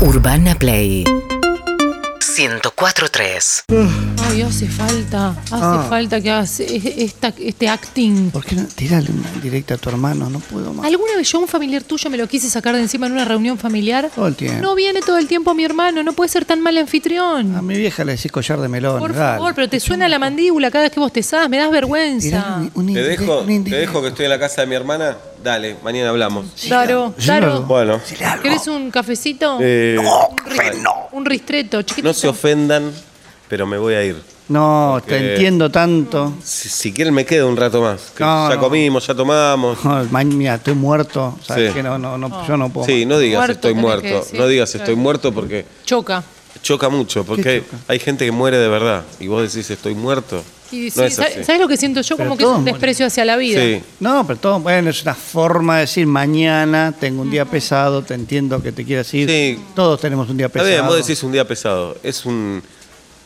Urbana Play 104.3 Ay, hace falta, hace Ah. falta que hagas e- esta, este acting. ¿Por qué no? Tirale una directa a tu hermano, no puedo más. ¿Alguna vez yo a un familiar tuyo me lo quise sacar de encima en una reunión familiar? Todo el tiempo. No viene todo el tiempo mi hermano, no puede ser tan mal anfitrión. A mi vieja le decís collar de melón. Por Ah, dale. favor, pero te suena la mandíbula cada vez que bostezás, me das Tirale vergüenza. un- un Te indirecto, dejo, un te indirecto. dejo que estoy en la casa de mi hermana. Dale, mañana hablamos. Claro, Sí, claro. Bueno, ¿Querés un cafecito? ¡Oh, eh, un, ri- un ristreto, chiquitito. no se ofendan, pero me voy a ir. No, te Porque- entiendo tanto. Si, si quieren me quedo un rato más. Que No, ya no. comimos, ya tomamos. No, man, mira, estoy muerto. ¿Sabes Sí. qué? No, no, Ah. no, yo no puedo. Sí, no digas Muerto, estoy tenés que muerto. decir. No digas Claro. estoy muerto porque Choca. choca mucho. Porque hay gente que muere de verdad. Y vos decís estoy muerto. Y sí, No es así. ¿sabes, sabes lo que siento yo? Pero Como que es todos un desprecio hacia la vida. Sí. No, pero todo, bueno, es una forma de decir mañana tengo un día pesado, te entiendo que te quieras ir. Sí. Todos tenemos un día Está pesado. bien, vos decís un día pesado. Es un.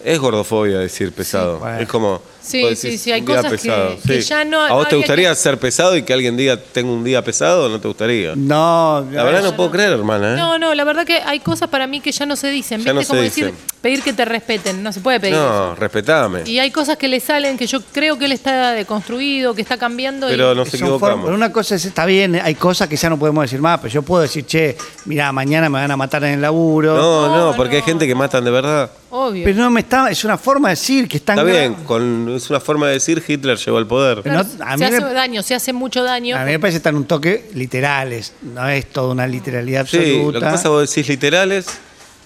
Es gordofobia decir pesado. bueno. Es como. Sí, vos sí, sí, hay cosas que- que ya no- ¿A no vos te había gustaría que- ser pesado y que alguien diga tengo un día pesado o no te gustaría? No, La verdad no puedo creer, hermana. ¿eh? No, no, la verdad que hay cosas para mí que ya no se dicen. ¿Viste? Ya no se como decir, dicen. pedir que te respeten. No se puede pedir. eso. No, respetame. Y hay cosas que le salen que yo creo que él está deconstruido, que está cambiando. y- Pero nos Son formas- pero equivocamos. una cosa es, está bien, ¿eh? hay cosas que ya no podemos decir más, pero yo puedo decir, che, mirá, mañana me van a matar en el laburo. No, no, porque hay no. gente que matan de verdad. Obvio. Pero no me está, es una forma de decir que están Está bien, con, es una forma de decir Hitler llegó al poder. Pero no- Claro, a, se mí hace me, daño, se hace mucho daño. a mí me parece que están un toque literales, no es toda una literalidad Sí, lo que absoluta. pasa vos decís literales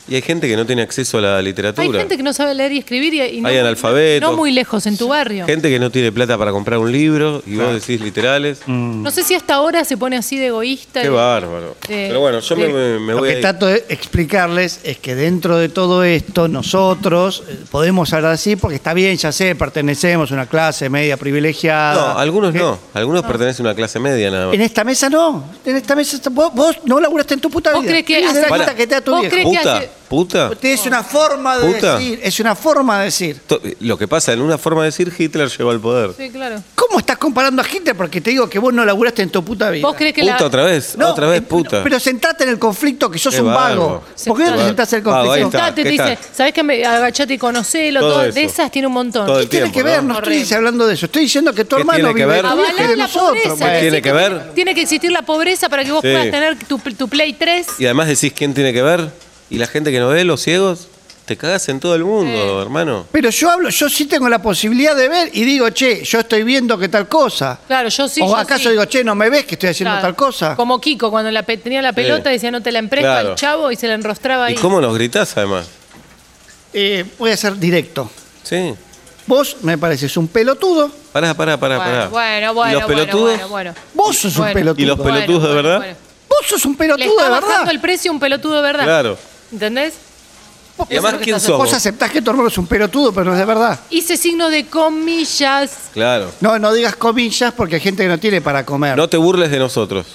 y hay gente que no tiene acceso a la literatura. Hay gente que no sabe leer y escribir y, y no, Hay analfabetos. no muy lejos en tu barrio. Gente que no tiene plata para comprar un libro y vos decís literales. Mm. No sé si hasta ahora se pone así de egoísta. Qué y- bárbaro. de- Pero bueno, yo me, de- me- me lo voy a que ir. trato de explicarles es que dentro de todo esto nosotros eh, podemos hablar así porque está bien, ya sé, pertenecemos a una clase media privilegiada. Eh, No, algunos no. Algunos pertenecen a una clase media nada más. En esta mesa no, en esta mesa está- vos, vos no laburaste en tu puta ¿Vos vida. crees que Tenés hace- la Pará. guita que te da tu ¿Vos viejo. crees que ¿Puta? hace- ¿Puta? Porque Es una forma de ¿Puta? decir, es una forma de decir. To- Lo que pasa, en una forma de decir Hitler llegó al poder. Sí, claro. ¿Cómo estás comparando a Hitler? Porque te digo que vos no laburaste en tu puta vida. ¿Vos crees que Puta la, otra vez, No, otra vez eh, puta. Pero sentate en el conflicto que sos Qué un vago. vago. ¿Por qué no te Sentate. sentás en el Vago, ahí conflicto? está. Sentate, te ¿qué dice, tal? ¿sabés que me agachate y conocelo? Todo Todo- eso. de esas tiene un montón. Todo ¿Qué el tiene tiempo, que ver? ¿no? No, estoy dice- hablando de eso. Estoy diciendo que tu ¿Qué hermano tiene que vive ver? más Avalar viejo que Avalar la nosotros. pobreza. bueno. ¿Qué decir tiene que ver? Tiene, que existir la pobreza para que vos Sí. puedas tener tu, tu Play 3. Y además decís quién tiene que ver y la gente que no ve, los ciegos, te cagas en todo el mundo, hermano. Pero yo hablo, yo sí tengo la posibilidad de ver y digo, che, yo estoy viendo que tal cosa. Claro, yo sí. o yo acaso sí. digo, che, no me ves que estoy haciendo Claro. tal cosa. Como Kiko, cuando la pe- tenía la pelota, decía no te la empresto Claro. al chavo y se la enrostraba ¿Y ahí. cómo nos gritás además? Eh, voy a ser directo. Sí. Vos me pareces un pelotudo. Pará, pará, pará, pará. Bueno, bueno, ¿Y bueno, los bueno, pelotudos? bueno, bueno. Vos sos un Bueno. pelotudo. ¿Y los pelotudos de verdad? Vos sos un Le pelotudo está de bajando verdad. el precio un pelotudo de verdad. Claro. ¿Entendés? Vos, Y además, pensás que ¿quién estás- sos vos vos? aceptás que tu hermano es un pelotudo, pero no es de verdad. Hice signo de comillas. Claro. No, no digas comillas porque hay gente que no tiene para comer. No te burles de nosotros.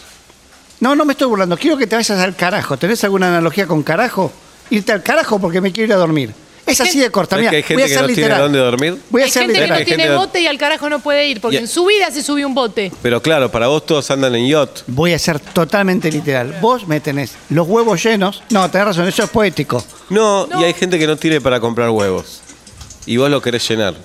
No, no me estoy burlando. Quiero que te vayas al carajo. ¿Tenés alguna analogía con carajo? Irte al carajo porque me quiero ir a dormir. Es así de corta. ¿Sabés Mira, que hay voy a gente que ser no tiene literal. dónde dormir? Voy a Hay ser gente que literal. no Hay gente tiene de- bote y al carajo no puede ir, porque Y- en su vida se subió un bote. Pero claro, para vos todos andan en yacht. Voy a ser totalmente literal. Vos me tenés los huevos llenos. No, tenés razón, eso es poético. No, No. y hay gente que no tiene para comprar huevos. Y vos lo querés llenar.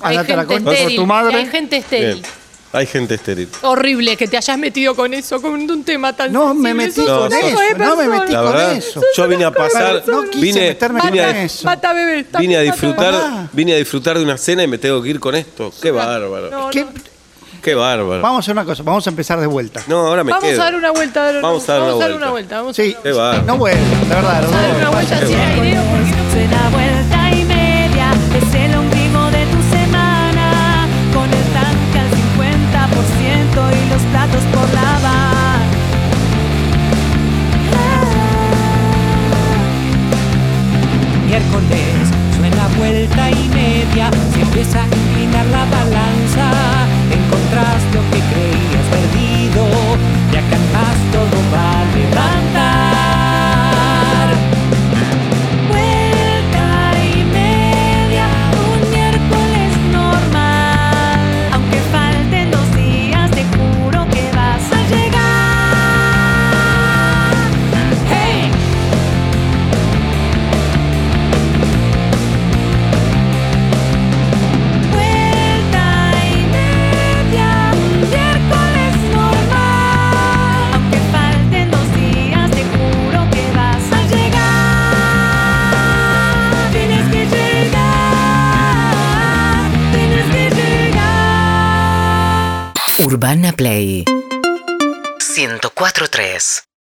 Hay Andate a la gente concha de estéril. tu madre. Hay gente estéril. Bien. Hay gente estéril. Horrible que te hayas metido con eso, con un tema tan No me sensible. metí Sos con un hijo eso, de no me persona. metí Y La con verdad, eso. yo vine a pasar, No quise vine, meterme vine con a, eso. Mata bebé. también vine mata a bebé. disfrutar, Pará. vine a disfrutar de una cena y me tengo que ir con esto. Qué bárbaro, No, ¿Qué- no. qué bárbaro. Vamos a hacer una cosa, vamos a empezar de vuelta. No, ahora me Vamos quedo. a dar una vuelta. ahora Vamos a dar una vuelta. Vamos a Sí, dar Qué bárbaro. no vuelvas, de verdad. no una vuelta. Vamos a dar una vuelvas. vuelta sin aireo, porque no- Suena vuelta y media, es el ombligo de tu semana. Con el tanque al 50% y los platos por lavar. miércoles suena vuelta y media, se empieza a inclinar la balanza, encontrás lo que creías perdido, ya cantás todo va a levantar. Vuelta y media, un miércoles normal. Aunque falten dos días, te juro que vas a llegar. ¡Hey! Urbana Play 104.3